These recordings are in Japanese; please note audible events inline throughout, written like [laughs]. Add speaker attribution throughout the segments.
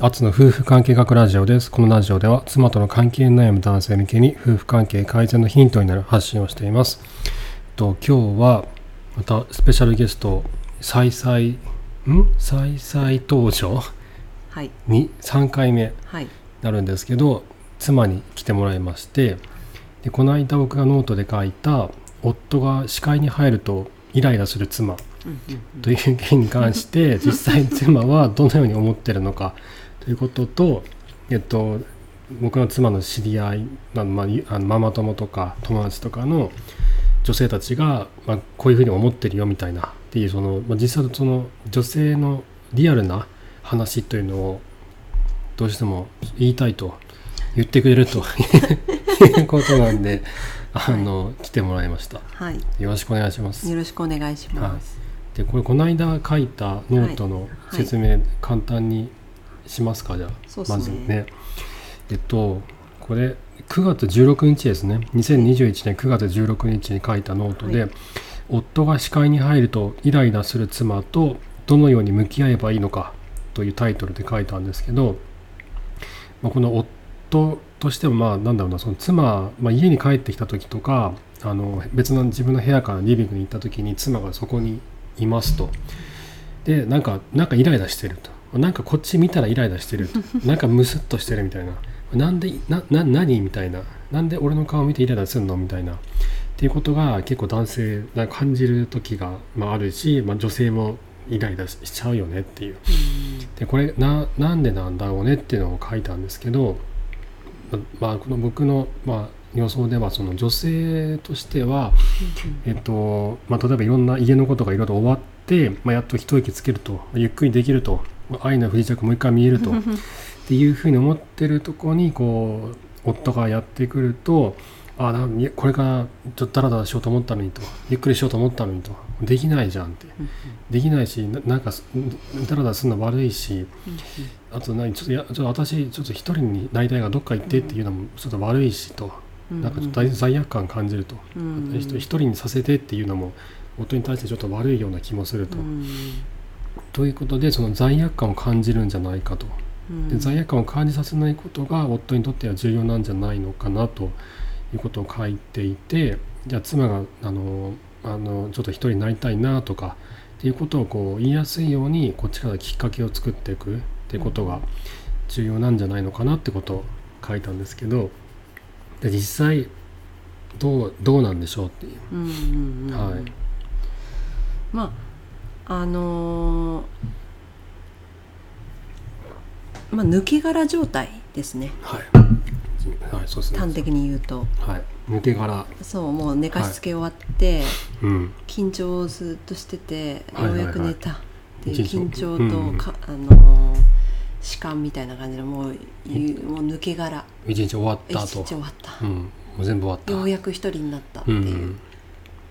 Speaker 1: アツの夫婦関係学ラジオです。このラジオでは妻との関係に悩む男性向けに夫婦関係改善のヒントになる発信をしています。えっと今日はまたスペシャルゲスト、さいさい、んさいさい登場
Speaker 2: はい
Speaker 1: に3回目
Speaker 2: はい
Speaker 1: なるんですけど妻に来てもらいましてでこの間僕がノートで書いた夫が視界に入るとイライラする妻
Speaker 2: うんうん
Speaker 1: という件に関して
Speaker 2: [laughs]
Speaker 1: 実際妻はどのように思ってるのかということと、えっと、僕の妻の知り合いまあまああのママ友とか友達とかの女性たちが、まあ、こういうふうに思ってるよみたいなっていうその、まあ、実際その女性のリアルな話というのをどうしても言いたいと言ってくれる
Speaker 2: [laughs]
Speaker 1: ということなんであの来てもらいました。
Speaker 2: はい
Speaker 1: よろしくお願いします。
Speaker 2: よろしくお願いします
Speaker 1: でこれこの間書いたノートの説明、簡単にしますかじゃあ
Speaker 2: そうっすね
Speaker 1: まずねえっとこれ9月16日ですね2021年9月16日に書いたノートで、
Speaker 2: は
Speaker 1: 夫が視界に入るとイライラする妻とどのように向き合えばいいのかというタイトルで書いたんですけど、まあ、この夫としてもまあなんだろうなその妻、まあ、家に帰ってきた時とかあの別の自分の部屋からリビングに行った時に妻がそこにいますとでなんかなんかイライラしてるとなんかこっち見たらイライラしてるとなんかムスッとしてるみたいななんでなな何みたいななんで俺の顔見てイライラするのみたいなっていうことが結構男性なんか感じる時が、まあ、あるし、まあ、女性もイライラしちゃうよねっていうでこれななんでなんだろうねっていうのを書いたんですけど、ままあ、この僕の、まあ、予想ではその女性としては、えっとまあ、例えばいろんな家のことがいろいろ終わって、まあ、やっと一息つけるとゆっくりできるとまあ愛の不時着もう一回見えるとっていうふうに思ってるとこにこう夫がやってくると。あなんいやこれからちょっとダラダラしようと思ったのにとゆっくりしようと思ったのにとできないじゃんってできないしななんかすんダラダラするの悪いしあと何ちょっといやちょっと私ちょっと一人になりたいがどっか行ってっていうのもちょっと悪いしと、なんかちょっと大罪悪感感じると、
Speaker 2: うん
Speaker 1: 一人一人にさせてっていうのも夫に対してちょっと悪いような気もすると、ということでその罪悪感を感じるんじゃないかとで罪悪感を感じさせないことが夫にとっては重要なんじゃないのかなということを書いていてじゃあ妻があのあのちょっと一人になりたいなとかっていうことをこう言いやすいようにこっちからきっかけを作っていくっていうことが重要なんじゃないのかなってことを書いたんですけどで実際どうどうなんでしょうっていう。はい
Speaker 2: まああのーまあ抜け殻状態ですね
Speaker 1: はい、はい、そうですね。
Speaker 2: 端的に言うと
Speaker 1: はい、抜け殻、
Speaker 2: そうもう寝かしつけ終わって、
Speaker 1: うん、
Speaker 2: 緊張をずっとしてて、
Speaker 1: はいはいはい
Speaker 2: ようやく寝たっていう
Speaker 1: 一日
Speaker 2: 緊張
Speaker 1: うん
Speaker 2: とか、あのー弛緩みたいな感じのもうゆもう抜け殻
Speaker 1: 一日終わっ
Speaker 2: 一
Speaker 1: た
Speaker 2: 日
Speaker 1: 後、
Speaker 2: 終わった、
Speaker 1: うん、もう全部終わった。
Speaker 2: ようやく一人になったって
Speaker 1: う
Speaker 2: い
Speaker 1: ん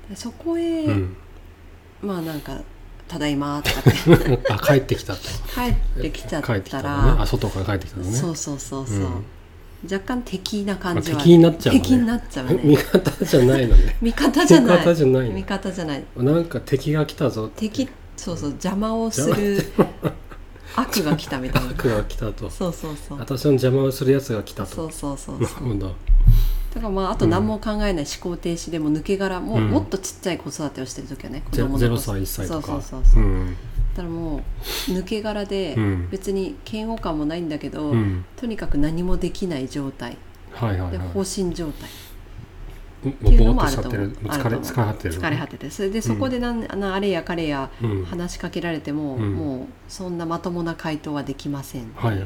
Speaker 2: う、でそこへ、
Speaker 1: うん
Speaker 2: まあなんか「ただいま」
Speaker 1: [laughs]
Speaker 2: とかって
Speaker 1: うん、あ帰ってきたと
Speaker 2: 帰ってきちゃっ
Speaker 1: 帰ってき
Speaker 2: た
Speaker 1: た
Speaker 2: ら
Speaker 1: のねあ外から帰ってきたのね
Speaker 2: そうそうそうそう、
Speaker 1: うん
Speaker 2: 若干敵な
Speaker 1: ま
Speaker 2: 感
Speaker 1: あ、
Speaker 2: じは、
Speaker 1: 敵になっちゃう、ね、
Speaker 2: 敵になっち
Speaker 1: [laughs]
Speaker 2: ゃう
Speaker 1: 味
Speaker 2: ね
Speaker 1: 方じゃないのね [laughs]
Speaker 2: 味方じゃない
Speaker 1: 味方じゃない
Speaker 2: 味方じゃない
Speaker 1: なんか敵が来たぞ
Speaker 2: 敵そうそう邪魔をする悪が来たみたいな
Speaker 1: 悪が来たと
Speaker 2: そうそうそう
Speaker 1: 私の邪魔をするやつが来たと
Speaker 2: そうそうそう
Speaker 1: [laughs] なる
Speaker 2: そう
Speaker 1: ほど
Speaker 2: だからまああと何も考えない思考停止でも抜け殻も、う
Speaker 1: うん
Speaker 2: もっとちっちゃい子育てをしてる時はね子
Speaker 1: ゼロ
Speaker 2: 供
Speaker 1: ゼ
Speaker 2: の
Speaker 1: ロ
Speaker 2: 子
Speaker 1: 歳1歳とか
Speaker 2: そうそうそうそう、
Speaker 1: うん
Speaker 2: だからもう抜け殻で
Speaker 1: うん
Speaker 2: 別に嫌悪感もないんだけど、
Speaker 1: うん
Speaker 2: とにかく何もできない状態
Speaker 1: はいはい
Speaker 2: で
Speaker 1: はい
Speaker 2: 放心状態
Speaker 1: も
Speaker 2: っ
Speaker 1: う
Speaker 2: ていう
Speaker 1: ぼーっ
Speaker 2: のも
Speaker 1: と
Speaker 2: あ
Speaker 1: し
Speaker 2: る
Speaker 1: ちゃ
Speaker 2: と
Speaker 1: っ
Speaker 2: 思
Speaker 1: て
Speaker 2: う
Speaker 1: るもう疲れ疲れてる
Speaker 2: 疲れ果ててそれでそこでなん、あのあれやかれや
Speaker 1: うん
Speaker 2: 話しかけられても、
Speaker 1: うん
Speaker 2: もうそんなまともな回答はできませんっていう
Speaker 1: は
Speaker 2: 感
Speaker 1: い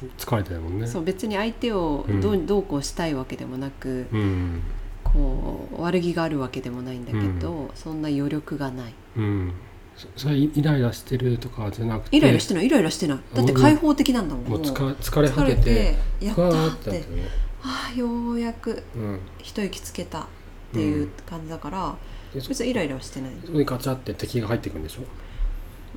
Speaker 2: じ、
Speaker 1: 疲れてるもんね
Speaker 2: そう別に相手をどう,、
Speaker 1: うん
Speaker 2: どうこうしたいわけでもなく、
Speaker 1: うん
Speaker 2: こう悪気があるわけでもないんだけど、そんな余力がない
Speaker 1: うんそそれイライラしてるとかじゃなくて
Speaker 2: イライラしてないイライラしてないだって開放的なんだもん
Speaker 1: もう疲
Speaker 2: もう
Speaker 1: れ疲れ果てて
Speaker 2: やっ
Speaker 1: ふ
Speaker 2: た
Speaker 1: わ
Speaker 2: ー
Speaker 1: ー
Speaker 2: っ
Speaker 1: って
Speaker 2: て
Speaker 1: なってるね
Speaker 2: ああようやく
Speaker 1: うん
Speaker 2: 一息つけたっていう感じだから、
Speaker 1: でそ
Speaker 2: 別にイライラはしてない
Speaker 1: そこにガチャって敵が入ってくるんでしょ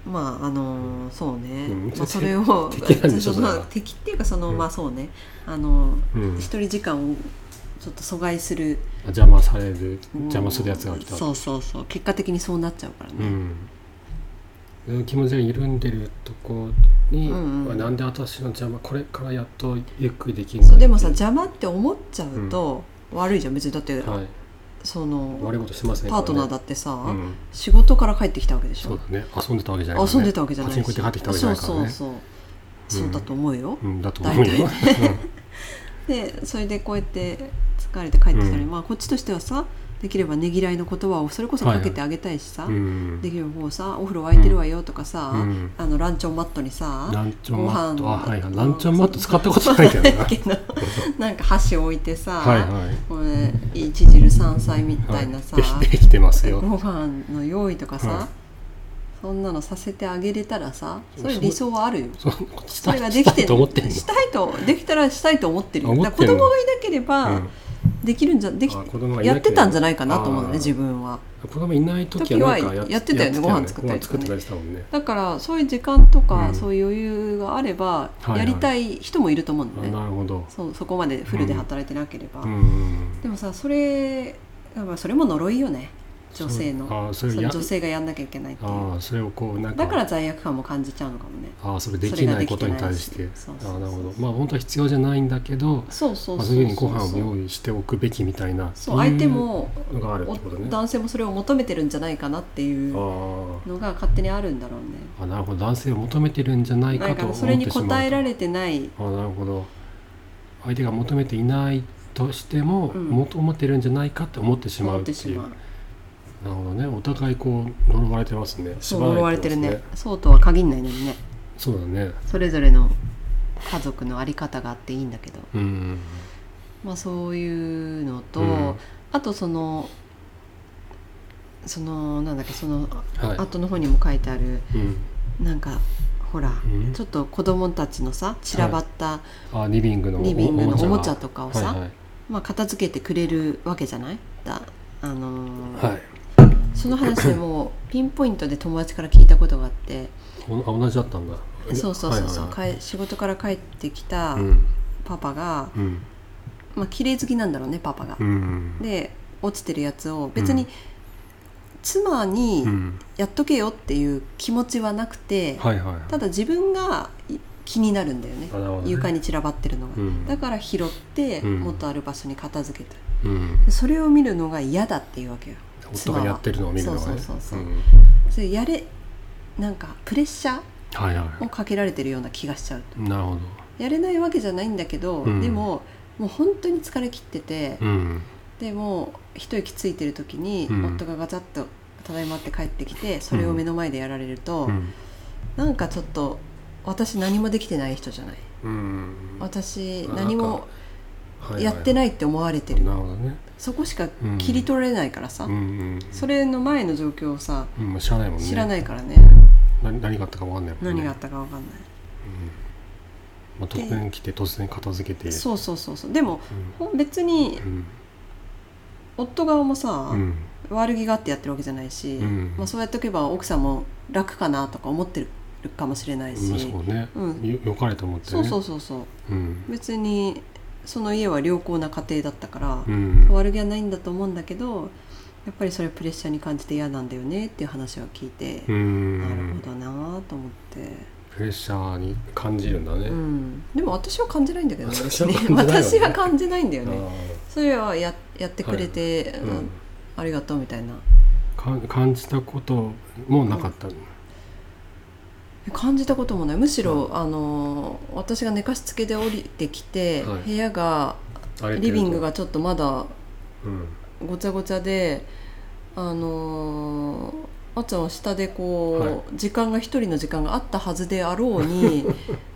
Speaker 2: まああのーそうね、
Speaker 1: うん
Speaker 2: まあ、それを
Speaker 1: 敵なんでしょ
Speaker 2: その
Speaker 1: それは
Speaker 2: 敵っていうかその、
Speaker 1: うん
Speaker 2: まあそうねあのー
Speaker 1: うん
Speaker 2: 一人時間をちょっと阻害する
Speaker 1: 邪魔される
Speaker 2: うん
Speaker 1: 邪魔するやつが来た
Speaker 2: そうそうそう結果的にそうなっちゃうから
Speaker 1: う
Speaker 2: ね、
Speaker 1: んうん気持ちが緩んでるとこに、
Speaker 2: うんうん
Speaker 1: なんで私の邪魔これからやっとゆっくりできる
Speaker 2: そうでもさ邪魔って思っちゃうと悪いじゃん別にだって、
Speaker 1: はい、
Speaker 2: その
Speaker 1: 悪いことしてますね
Speaker 2: パートナー
Speaker 1: こ
Speaker 2: だってさ、
Speaker 1: れね、うん、
Speaker 2: 仕事から帰ってきたわけでし
Speaker 1: そう
Speaker 2: ょ
Speaker 1: だね遊んでたわけじゃないから、ね、
Speaker 2: 遊んでたわけじゃないし
Speaker 1: パチンコ行って帰ってきたわけじゃないからね
Speaker 2: そうそうそう、そうだと思うよ
Speaker 1: うん、だと思うよ、
Speaker 2: でそれでこうやって疲れて帰ってきたのに、
Speaker 1: うん
Speaker 2: まあこっちとしてはさできればねぎらいの言葉をそれこそかけてあげたいしさ、
Speaker 1: うんうん
Speaker 2: できればもうさお風呂沸いてるわよとかさ、
Speaker 1: うん
Speaker 2: あのランチョンマットにさ
Speaker 1: ランチョンマット
Speaker 2: ご飯
Speaker 1: あはいはいランチョンマット使ったことないけどな
Speaker 2: けどなんか箸置いてさ、
Speaker 1: はいはい
Speaker 2: これいち汁山菜みたいなさ、
Speaker 1: はい、できてきてますよ
Speaker 2: ご飯の用意とかさ、
Speaker 1: はい
Speaker 2: そんなのさせてあげれたらさそれ
Speaker 1: そう
Speaker 2: 理想はあるよ
Speaker 1: そんなことし
Speaker 2: そ
Speaker 1: た
Speaker 2: れが
Speaker 1: い
Speaker 2: で
Speaker 1: し
Speaker 2: き
Speaker 1: た
Speaker 2: て
Speaker 1: いと思ってんの
Speaker 2: したいとできたらしたいと思ってるよ
Speaker 1: 思
Speaker 2: だ
Speaker 1: っ
Speaker 2: か
Speaker 1: て
Speaker 2: ら
Speaker 1: ん
Speaker 2: 子
Speaker 1: の
Speaker 2: 供がいなければ、
Speaker 1: うん
Speaker 2: できるんじゃでき
Speaker 1: あ子供がいなければ
Speaker 2: やってたんじゃないかなと思うの
Speaker 1: あー
Speaker 2: ね自分は
Speaker 1: 子供いない時はなんか
Speaker 2: 時はやってたよねご飯作った
Speaker 1: ご飯
Speaker 2: りと
Speaker 1: 作っ
Speaker 2: かね
Speaker 1: てたりしたもんね
Speaker 2: だからそういう時間とか、
Speaker 1: うん
Speaker 2: そういう余裕があれば、
Speaker 1: いはい
Speaker 2: やりたい人もいると思うんだ
Speaker 1: あ
Speaker 2: よね
Speaker 1: なるほど
Speaker 2: そうそこまでフルで働いてなければ、
Speaker 1: うんうん
Speaker 2: でもさそれやっぱそれも呪いよね女性の
Speaker 1: あーそ
Speaker 2: そ
Speaker 1: れ
Speaker 2: の
Speaker 1: や
Speaker 2: 女性がやんなきゃいけないって
Speaker 1: あ
Speaker 2: いう
Speaker 1: ーそれをこうなんか
Speaker 2: だから罪悪感も感じちゃうのかもね
Speaker 1: ああそれできないことに対し
Speaker 2: それ
Speaker 1: て
Speaker 2: ができてないしそ
Speaker 1: あ
Speaker 2: うそうそう
Speaker 1: あなるほどまあ本当は必要じゃないんだけど
Speaker 2: そうそう
Speaker 1: ま
Speaker 2: そ
Speaker 1: あ
Speaker 2: う
Speaker 1: そういう
Speaker 2: そ
Speaker 1: ふう
Speaker 2: う
Speaker 1: にご飯を
Speaker 2: そう
Speaker 1: 用意しておくべきみたいな
Speaker 2: そう相手も
Speaker 1: っていうのがあるっ
Speaker 2: お
Speaker 1: てことね
Speaker 2: 男性もそれを求めてるんじゃないかなっていう
Speaker 1: あ
Speaker 2: のが勝手にあるんだろうね
Speaker 1: ああなるほど男性を求めてるんじゃない
Speaker 2: な
Speaker 1: かと
Speaker 2: んか
Speaker 1: 思ってし
Speaker 2: そ
Speaker 1: まう
Speaker 2: れに応えられてない
Speaker 1: あなるほど相手が求めていないとしても、
Speaker 2: うん
Speaker 1: もっと思ってるんじゃないかって思ってしま
Speaker 2: 思
Speaker 1: う
Speaker 2: っ
Speaker 1: って
Speaker 2: て
Speaker 1: い
Speaker 2: し
Speaker 1: う
Speaker 2: まう
Speaker 1: なるほどねお互いこう呪われてますね
Speaker 2: そう
Speaker 1: 縛
Speaker 2: 呪わ
Speaker 1: ら
Speaker 2: れ
Speaker 1: れて
Speaker 2: て
Speaker 1: ま
Speaker 2: る
Speaker 1: すね
Speaker 2: ねそうとは限んないのにね
Speaker 1: そうだね
Speaker 2: それぞれの家族のあり方があっていいんだけど
Speaker 1: うん
Speaker 2: まあ、そういうのと、
Speaker 1: うん
Speaker 2: あとそのそのなんだっけその
Speaker 1: はい
Speaker 2: 後の方にも書いてある
Speaker 1: うん
Speaker 2: なんかほら、
Speaker 1: うん
Speaker 2: ちょっと子供たちのさ散らばった、
Speaker 1: あリビングの
Speaker 2: リビングの
Speaker 1: が
Speaker 2: おもちゃとかをさ
Speaker 1: はい
Speaker 2: まあ、片付けてくれるわけじゃないだあのー
Speaker 1: はい、はい
Speaker 2: その話でもうピンポイントで友達から聞いたことがあって
Speaker 1: おあ同じだったんだ
Speaker 2: そうそうそうそう、
Speaker 1: はいはい
Speaker 2: 帰仕事から帰ってきた
Speaker 1: はいうん
Speaker 2: パパが、
Speaker 1: うん
Speaker 2: まあ綺麗好きなんだろうねパパが
Speaker 1: う。ん
Speaker 2: で落ちてるやつを別
Speaker 1: う
Speaker 2: に
Speaker 1: ん
Speaker 2: 妻に、
Speaker 1: うん
Speaker 2: やっとけよっていう気持ちはなくて、
Speaker 1: はいはいはい
Speaker 2: ただ自分がい気になるんだよね
Speaker 1: あなるほどね
Speaker 2: 床に散らばってるのが、
Speaker 1: うん
Speaker 2: だから拾って
Speaker 1: うん
Speaker 2: 元ある場所に片付けた、
Speaker 1: うん
Speaker 2: それを見るのが嫌だっていうわけよ
Speaker 1: 夫がやってるのを見るのがね
Speaker 2: そうそうそうそう
Speaker 1: うん
Speaker 2: それやれなんかプレッシャ
Speaker 1: はいは
Speaker 2: ーをかけられてるような気がしちゃう
Speaker 1: いなるほど
Speaker 2: やれないわけじゃないんだけど、
Speaker 1: うん
Speaker 2: でももう本当に疲れ切ってて、
Speaker 1: うん
Speaker 2: でもう一息ついてる時に、
Speaker 1: うん
Speaker 2: 夫がガチャッと「ただいま」って帰ってきてそれを目の前でやられると、
Speaker 1: うん
Speaker 2: なんかちょっと私何もできてない人じゃない
Speaker 1: うん
Speaker 2: 私
Speaker 1: あ
Speaker 2: 何
Speaker 1: なん
Speaker 2: も
Speaker 1: かはい
Speaker 2: やって
Speaker 1: い
Speaker 2: ないって思われて
Speaker 1: はい
Speaker 2: る
Speaker 1: なるほどね
Speaker 2: そこしか切り取れないからさ、
Speaker 1: うんうん
Speaker 2: それの前の状況をさ
Speaker 1: うんうん知らないもんね
Speaker 2: 知らないからね
Speaker 1: な何があったかわかんないもんね
Speaker 2: 何があったか分かんない、
Speaker 1: まあ、突然来て突然片付けて
Speaker 2: そうそうそうそうでも
Speaker 1: うん
Speaker 2: ほん別に
Speaker 1: うん
Speaker 2: 夫側もさ、
Speaker 1: うん
Speaker 2: 悪気があってやってるわけじゃないし、
Speaker 1: うん
Speaker 2: まあ、そうやっておけば奥さんも楽かなとか思ってるかもしれないし、
Speaker 1: うんそうね、
Speaker 2: うん
Speaker 1: よよかれと思ってね
Speaker 2: そうそうそうそう
Speaker 1: うん
Speaker 2: 別にその家は良好な家庭だったから、
Speaker 1: うん
Speaker 2: 悪気はないんだと思うんだけどやっぱりそれプレッシャーに感じて嫌なんだよねっていう話を聞いて、
Speaker 1: うん
Speaker 2: なるほどなぁと思って、
Speaker 1: プレッシャーに感じるんだね、
Speaker 2: うん、でも私は感じないんだけどね
Speaker 1: 私は
Speaker 2: 別
Speaker 1: 感じ
Speaker 2: に
Speaker 1: ないよね
Speaker 2: 私は感じないんだよ
Speaker 1: あ
Speaker 2: ねそれはややってくれて、
Speaker 1: ーうん
Speaker 2: あありがとうみたいな
Speaker 1: か感じたこともなかった、
Speaker 2: 感じたこともないむしろ、あのー私が寝かしつけで降りてきて、
Speaker 1: はい
Speaker 2: 部屋が
Speaker 1: あれってい
Speaker 2: リ
Speaker 1: うと
Speaker 2: ビングがちょっとまだ
Speaker 1: うん
Speaker 2: ごちゃごちゃであのーあっちゃんは下でこう、
Speaker 1: はい
Speaker 2: 時間が一人の時間があったはずであろ
Speaker 1: [laughs]
Speaker 2: うに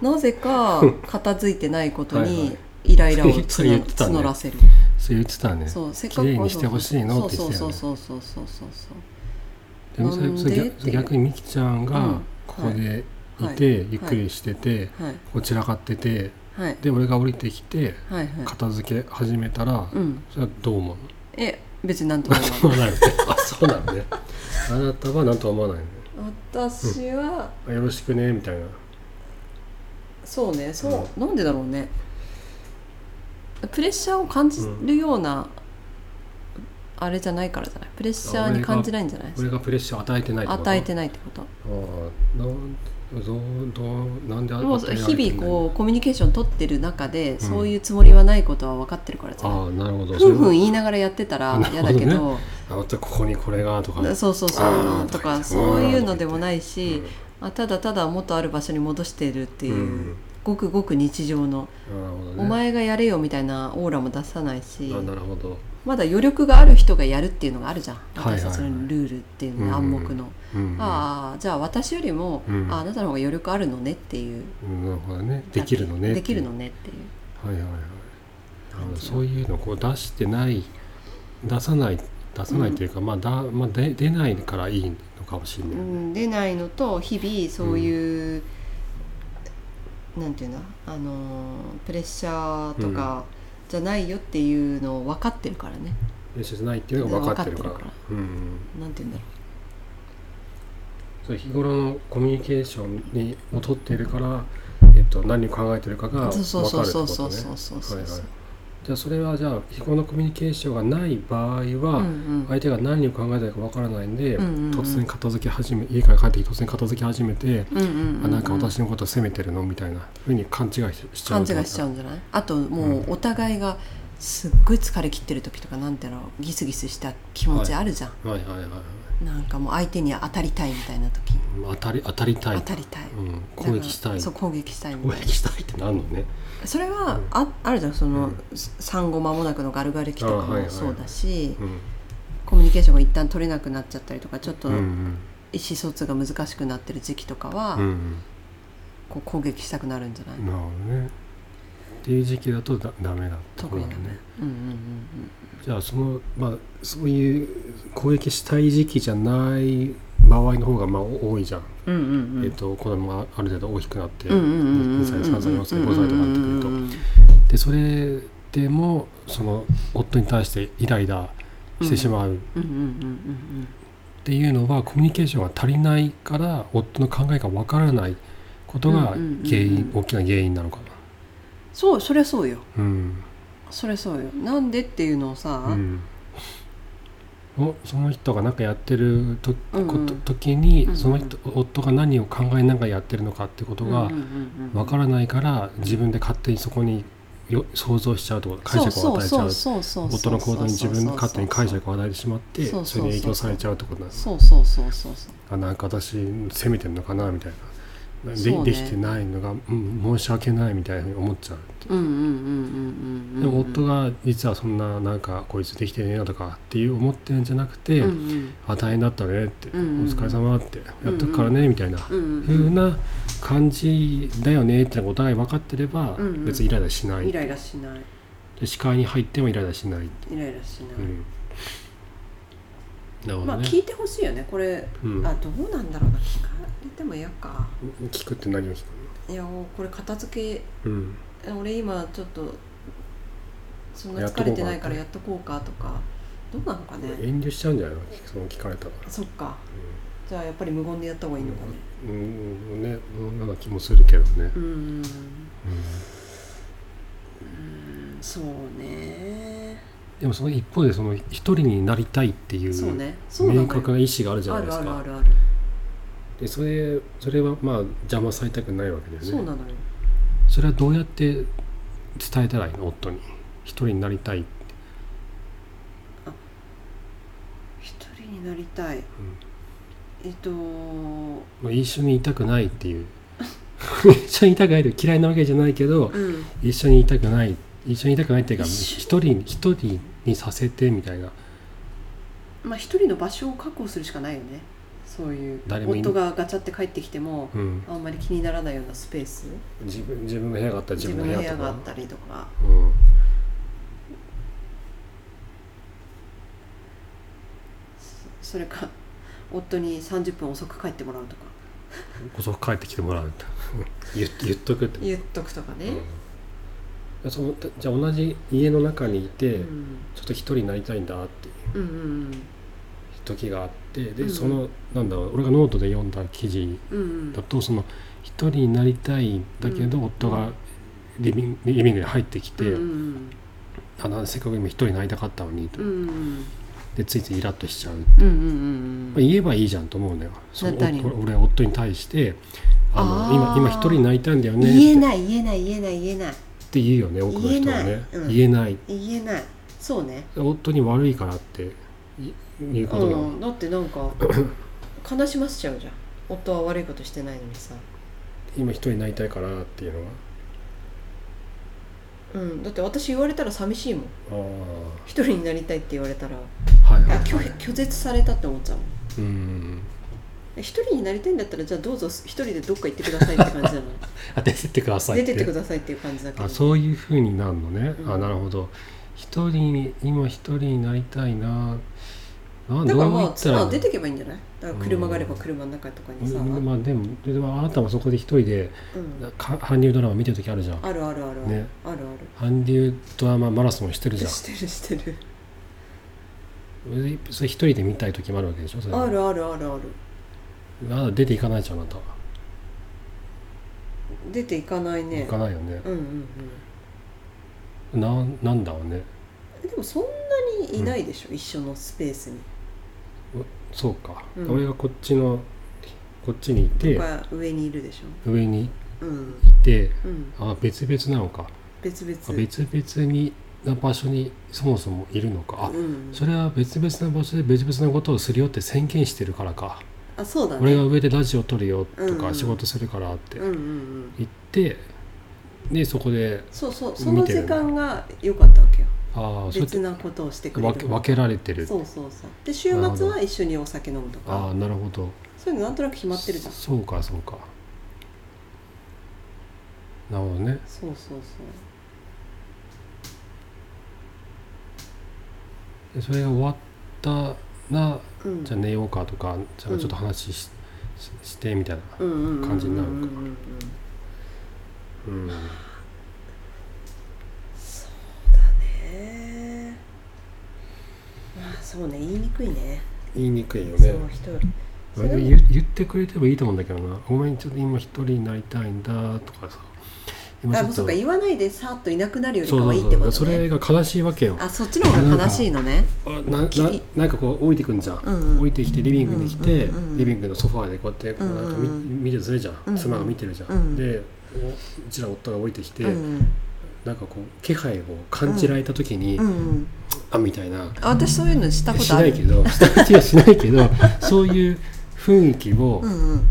Speaker 2: なぜか片付いてないこと
Speaker 1: はいは
Speaker 2: にイライラを
Speaker 1: それ言
Speaker 2: 募,、
Speaker 1: ってたね
Speaker 2: らせる
Speaker 1: そう言ってたね
Speaker 2: そうせっ
Speaker 1: 綺麗にしてほしいのって言ってた
Speaker 2: そ
Speaker 1: よ
Speaker 2: う
Speaker 1: ね
Speaker 2: そうそうそうそうそう
Speaker 1: でもそれ
Speaker 2: なんで
Speaker 1: それ
Speaker 2: っ
Speaker 1: 逆
Speaker 2: て
Speaker 1: 逆にみきちゃん
Speaker 2: うん
Speaker 1: がここでい
Speaker 2: はい
Speaker 1: て、ゆっくりしてて、
Speaker 2: そうはい
Speaker 1: こう散らかってて
Speaker 2: はい
Speaker 1: で俺が降りてきて
Speaker 2: はいはい
Speaker 1: 片付け始めたら、
Speaker 2: うん
Speaker 1: それはどう思うの
Speaker 2: え別になんとも思わない
Speaker 1: [laughs] 思わないよね。あ、そうなのね。あなたはなんとは思わないのね
Speaker 2: 私は、
Speaker 1: あ。よろしくねみたいな。
Speaker 2: そうねそう、なんでだろうねプレッシャーを感じるような、あれじゃないからじゃないプレッシャーに感じないんじゃない
Speaker 1: 俺がプレッシャー与えてないってこと
Speaker 2: 与えてないってこと
Speaker 1: ああなんどうどうなんで
Speaker 2: でも日々こうコミュニケーション取ってる中で、そういううつもりはないことは分かってるからじ
Speaker 1: う
Speaker 2: ゃない
Speaker 1: ああなるほど
Speaker 2: ふんふん
Speaker 1: い
Speaker 2: 言いながらやってたら
Speaker 1: なる
Speaker 2: 嫌
Speaker 1: ほど
Speaker 2: だ
Speaker 1: ね
Speaker 2: けど
Speaker 1: あまたここにこれがとか
Speaker 2: そうそうそ
Speaker 1: あー
Speaker 2: うと
Speaker 1: とか
Speaker 2: かそういうのでもない
Speaker 1: うん
Speaker 2: し、あただただ元ある場所に戻してるっていう、
Speaker 1: うん
Speaker 2: ごくごく日常の、
Speaker 1: なるほどね
Speaker 2: お前がやれよみたいなオーラも出さないし
Speaker 1: あなるほど
Speaker 2: まだ余力がある人がやるっていうのがあるじゃん
Speaker 1: はいはいはい
Speaker 2: 私たちのルールっていうのね、
Speaker 1: うん
Speaker 2: 暗黙の、
Speaker 1: うん
Speaker 2: ああじゃあ私よりも、
Speaker 1: うん
Speaker 2: ああなたの方が余力あるのねっていう
Speaker 1: うんなるほどねできるのね
Speaker 2: できるの
Speaker 1: ね
Speaker 2: ねっていう
Speaker 1: はいはいはいあの
Speaker 2: 感じ
Speaker 1: そういうのをこう出してない出さない出さないというか、まあだまあで出ないからいいのかもしれない、
Speaker 2: うん、出ないのと日々そういう、なんていうんだあのープレッシャーとかじゃないよっていうのを分かってるからね
Speaker 1: 練習しないっていうのが分かってるから
Speaker 2: 分かって
Speaker 1: うんうん、
Speaker 2: なんていうんだろ
Speaker 1: そう日頃のコミュニケーションにを取っているから、えっと、何を考えているかが分か
Speaker 2: う
Speaker 1: るって
Speaker 2: そうそうそう
Speaker 1: こと
Speaker 2: そう
Speaker 1: ね
Speaker 2: そうそうそう
Speaker 1: はいは
Speaker 2: そ
Speaker 1: いうじゃあそれはじゃあ日頃のコミュニケーションがない場合
Speaker 2: うんう
Speaker 1: は
Speaker 2: ん
Speaker 1: 相手が何を考えているか分からないんで、
Speaker 2: うんうんうん
Speaker 1: 突然片付け始め家から帰ってきて突然片付け始めて、
Speaker 2: うんうんう
Speaker 1: あ
Speaker 2: ん
Speaker 1: なんか私のことを責めてるのみたいなふうに勘違いししちゃ
Speaker 2: 勘
Speaker 1: う
Speaker 2: 違いしちゃ
Speaker 1: う
Speaker 2: うんじゃないあとも
Speaker 1: う
Speaker 2: うお互いがすっごい疲れ切ってる時とかなんていうのギスギスした気持ちあるじゃん、
Speaker 1: はいはいはいはい
Speaker 2: なんかもう相手に当たりたいみたいな時
Speaker 1: 当たり当たりたい
Speaker 2: 当たりたい、
Speaker 1: うん、攻撃した
Speaker 2: だか
Speaker 1: い
Speaker 2: らそう
Speaker 1: 攻
Speaker 2: 攻撃したいみたいな
Speaker 1: 撃したいってなんのね
Speaker 2: それはああるじゃんそ
Speaker 1: う
Speaker 2: の、
Speaker 1: ん
Speaker 2: 産後間もなくのガルガル期とか
Speaker 1: あはいはい
Speaker 2: もそうだし、
Speaker 1: うん
Speaker 2: コミュニケーションが一旦取れなくなっちゃったりとかちょっと
Speaker 1: うんうん
Speaker 2: 意思疎通が難しくなってる時期とかは、
Speaker 1: うん
Speaker 2: こう攻撃したくなるんじゃない、
Speaker 1: なるほどね。っていう時期だとだダメだってこ
Speaker 2: 特
Speaker 1: と
Speaker 2: に
Speaker 1: だ
Speaker 2: ね
Speaker 1: ね。
Speaker 2: うんうん
Speaker 1: じゃあそのまあそういう攻撃したい時期じゃない場合の方がまあお多いじゃん。
Speaker 2: うんうんうんうんうん
Speaker 1: えっ、と子供がある程度大きくなって、
Speaker 2: うんうんうんうん
Speaker 1: 2歳3歳4歳5歳とかなってくると
Speaker 2: うんうんうんうん
Speaker 1: でそれでもその夫に対してイライラしてしまうっ
Speaker 2: うんうんうん
Speaker 1: ていうのはコミュニケーションが足りないから夫の考えがわからないことが原
Speaker 2: うんうん
Speaker 1: 因、
Speaker 2: うん
Speaker 1: 大きな原因なのかな。
Speaker 2: そうそりゃそうよ
Speaker 1: うん
Speaker 2: そりゃそうよなんでっていうのをさ、
Speaker 1: うん、おその人が何かやってると、
Speaker 2: うんうん
Speaker 1: こと時に、
Speaker 2: うんうん
Speaker 1: その人夫が何を考えながらやってるのかってことが
Speaker 2: うんうんうんうん
Speaker 1: 分からないから、自分で勝手にそこによ想像しちゃうとか解釈を与えちゃう
Speaker 2: そうそうそうそうそ
Speaker 1: 夫
Speaker 2: う
Speaker 1: の行動に自分で勝手に解釈を与えてしまって
Speaker 2: そう
Speaker 1: そ
Speaker 2: そう
Speaker 1: れ
Speaker 2: そうそ
Speaker 1: に影
Speaker 2: う
Speaker 1: 響されちゃうってことなんです
Speaker 2: そうそうそうそうそう
Speaker 1: あなんか私責めてるのかなみたいなで,、
Speaker 2: そうね
Speaker 1: できてないのが、うん、申し訳ないみたいなふうに思っちゃう
Speaker 2: うんうんうんうんうんうんうん
Speaker 1: でも夫が実はそんななんかこいつできてねえなとかっていう思ってるんじゃなくて、
Speaker 2: うんうん
Speaker 1: あ大変だったねって、
Speaker 2: うんうん
Speaker 1: お疲れ様ってやっとくからねみたいな、
Speaker 2: うんうん
Speaker 1: ふうな感じだよねってのがお互い分かってれば、
Speaker 2: うんうん
Speaker 1: 別にイライラしない
Speaker 2: イライラしない
Speaker 1: で視界に入ってもイライラしない、
Speaker 2: イライラしな
Speaker 1: う
Speaker 2: い、
Speaker 1: ん、なるほ
Speaker 2: ま
Speaker 1: ど
Speaker 2: あ
Speaker 1: ね、
Speaker 2: 聞いてほしいよねこれ、
Speaker 1: うん
Speaker 2: あどうなんだろうな聞かれても嫌か
Speaker 1: 聞くって何を聞
Speaker 2: いやこれ片付
Speaker 1: くの、うん、
Speaker 2: け俺今ちょっとそんな疲れてないからやっとこうかとかどうなのかね
Speaker 1: 遠慮しちゃうんじゃないのその聞かれたら、
Speaker 2: そっかじゃあやっぱり無言でやった方がいいのかね
Speaker 1: うんうん、ねうんなんか気もするけどね、
Speaker 2: うん、うん、そうね
Speaker 1: でもその一方でその一人になりたいってい
Speaker 2: そう
Speaker 1: う
Speaker 2: ねそうなの
Speaker 1: 明
Speaker 2: よ
Speaker 1: 確な意思があるじゃ
Speaker 2: あ
Speaker 1: ないで
Speaker 2: る
Speaker 1: す
Speaker 2: あ
Speaker 1: か
Speaker 2: るあるある、
Speaker 1: でそれそれはまあ邪魔されたくないわけだよね
Speaker 2: そうなのよ
Speaker 1: それはどうやって伝えたらいいの夫に一人になりたいって
Speaker 2: 一人になりたい、えっと
Speaker 1: まあ一緒にいたくないっていう [laughs] 一緒にいたくないって嫌いなわけじゃないけど
Speaker 2: うん
Speaker 1: 一緒にいたくない一緒にいたくないっていうか
Speaker 2: 一
Speaker 1: 一人一人にさせてみたいな
Speaker 2: まあ一人の場所を確保するしかないよねそういう
Speaker 1: 誰もい
Speaker 2: 夫がガチャって帰ってきても
Speaker 1: うん
Speaker 2: あんまり気にならないようなスペース
Speaker 1: 自分自分の部屋があったら
Speaker 2: 自
Speaker 1: 自
Speaker 2: 分
Speaker 1: 分の
Speaker 2: の部
Speaker 1: 部
Speaker 2: 屋
Speaker 1: 屋と
Speaker 2: があ
Speaker 1: か
Speaker 2: ったりとか
Speaker 1: うん
Speaker 2: それか夫に30分遅く帰ってもらうとか
Speaker 1: 遅く帰ってきてもらうって [laughs] 言言っとくって
Speaker 2: 言っとくとかね、
Speaker 1: うんそのじゃあ同じ家の中にいて、
Speaker 2: うん、
Speaker 1: ちょっと一人になりたいんだっていう
Speaker 2: うんうん
Speaker 1: 時があってで、
Speaker 2: うん
Speaker 1: そのなんだろう俺がノートで読んだ記事
Speaker 2: うんうん
Speaker 1: だとその一人になりたいんだけど、
Speaker 2: うん
Speaker 1: 夫がリビングリビングに入ってきて、
Speaker 2: うん
Speaker 1: あのせっかく今一人になりたかったのにと、
Speaker 2: うんうん
Speaker 1: でついついイラッとしちゃう、ま
Speaker 2: うんうん
Speaker 1: あ、
Speaker 2: うんうん
Speaker 1: 言えばいいじゃんと思うのよそう
Speaker 2: なったり
Speaker 1: お俺夫に対してあの
Speaker 2: あー
Speaker 1: 今今一人泣いたんだよね
Speaker 2: 言え
Speaker 1: っ
Speaker 2: ない言えない言えない言えない
Speaker 1: て言うよね多くの人はね
Speaker 2: 言えないうん
Speaker 1: 言えない
Speaker 2: 言えないそうね
Speaker 1: 夫に悪いからってい言うことが、
Speaker 2: うんだってなんか悲しませちゃうじゃん夫は悪いことしてないのにさ
Speaker 1: 今一人泣いたいからっていうのは
Speaker 2: うんだって私言われたら寂しいもん
Speaker 1: あ
Speaker 2: 一人になりたいって言われたら
Speaker 1: あはいはい
Speaker 2: 拒
Speaker 1: はい
Speaker 2: 拒絶されたって思っちゃうもん
Speaker 1: うん
Speaker 2: 一人になりたいんだったらじゃあどうぞ一人でどっか行ってくださいって感じじゃない
Speaker 1: あ出てってくだ [laughs] さい
Speaker 2: 出
Speaker 1: ってて
Speaker 2: ってくださいっていう感じだけど
Speaker 1: あそういうふうになるのね、
Speaker 2: うん
Speaker 1: あなるほど一人に今一人になりたいなあ
Speaker 2: だからま
Speaker 1: どう
Speaker 2: あ
Speaker 1: 言ったら
Speaker 2: 妻出てけばいいんじゃないだから車があれば車の中とかにさ、
Speaker 1: うん
Speaker 2: うん
Speaker 1: まあでもでもあなたもそこで一人でか韓流ドラマ見てる時あるじゃん
Speaker 2: あるあるあるある、
Speaker 1: ね
Speaker 2: ある
Speaker 1: 韓流ドラママラソンしてる
Speaker 2: あ
Speaker 1: じ
Speaker 2: る
Speaker 1: ゃん
Speaker 2: してるしてる
Speaker 1: でそれ一人で見たい時もあるわけでしょそれ
Speaker 2: あるあるあるある
Speaker 1: あなた出ていかないじゃんあなたは、
Speaker 2: 出ていかないね
Speaker 1: 行かないよね
Speaker 2: うんうんうん
Speaker 1: ななんだろうね
Speaker 2: えでもそんなにいないでしょ、一緒のスペースに
Speaker 1: そうか、
Speaker 2: うん
Speaker 1: 俺がこっちのこっちにい
Speaker 2: と
Speaker 1: て
Speaker 2: か上にいるでし
Speaker 1: 上にい
Speaker 2: ょうん
Speaker 1: て
Speaker 2: うん
Speaker 1: あ別々なのか
Speaker 2: 別々
Speaker 1: あ別々にな場所にそもそもいるのかあ、
Speaker 2: うん、
Speaker 1: それは別々な場所で別々なことをするよって宣言してるからか、
Speaker 2: あそうだね
Speaker 1: 俺が上でラジオ撮るよ
Speaker 2: う
Speaker 1: と
Speaker 2: んう
Speaker 1: か
Speaker 2: ん
Speaker 1: 仕事するからって
Speaker 2: うんうんうん
Speaker 1: 言って、でそこで
Speaker 2: そうそうその
Speaker 1: 見てる
Speaker 2: 時間が良かったわけよ
Speaker 1: ああそうやって
Speaker 2: 別なことをしてくれ
Speaker 1: 分け
Speaker 2: る
Speaker 1: 分けられてる
Speaker 2: そうそうそうで週
Speaker 1: なるほ
Speaker 2: 末
Speaker 1: ど
Speaker 2: は一緒にお酒飲むと
Speaker 1: あ
Speaker 2: か
Speaker 1: あなるほど
Speaker 2: そういうのなんとなく決まってるじゃん
Speaker 1: そうかそうかなるほどね
Speaker 2: そうそう
Speaker 1: でそれが終わったな
Speaker 2: そううん
Speaker 1: じゃあ寝ようかとかじゃあちょっと話し,し、してみたいな、
Speaker 2: うんうんうんうんうん
Speaker 1: 感じになる
Speaker 2: うん
Speaker 1: の
Speaker 2: う
Speaker 1: か
Speaker 2: んうん
Speaker 1: うん
Speaker 2: へえまあそうね言いにくいね
Speaker 1: 言いにくいよ
Speaker 2: そう一人そ
Speaker 1: まあで
Speaker 2: れで
Speaker 1: も
Speaker 2: も
Speaker 1: 言言ってくれてもいいと思うんだけどな「ごめんちょっと今一人になりたいんだ」とかさ今ち
Speaker 2: あも
Speaker 1: ょ
Speaker 2: う
Speaker 1: っ
Speaker 2: そう
Speaker 1: と
Speaker 2: か言わないでさっといなくなるよりか
Speaker 1: そう
Speaker 2: は
Speaker 1: そ
Speaker 2: いういって
Speaker 1: そ
Speaker 2: こ
Speaker 1: う
Speaker 2: と
Speaker 1: そ
Speaker 2: ね
Speaker 1: れが悲しいわけよ
Speaker 2: あそっちの方が悲しいのね
Speaker 1: あなな
Speaker 2: き
Speaker 1: なんかこう降りてくんじゃん、
Speaker 2: うんうん
Speaker 1: 降りてきてリビングに来て、
Speaker 2: うんうんうん
Speaker 1: リビングのソファーでこうやってこうなんか見,、
Speaker 2: うんうん
Speaker 1: 見てるとするじゃん、
Speaker 2: うんうん
Speaker 1: 妻が見てるじゃん、
Speaker 2: うん
Speaker 1: でおうちら夫が降りてきて、
Speaker 2: うん
Speaker 1: なんかこう気配を感じられた時に、
Speaker 2: うんうん
Speaker 1: あみたいな
Speaker 2: あ私そういうのしたこ
Speaker 1: し
Speaker 2: とあ
Speaker 1: ない
Speaker 2: る
Speaker 1: けど下口はしないけ
Speaker 2: [laughs]
Speaker 1: どそういう雰囲気を
Speaker 2: うんうん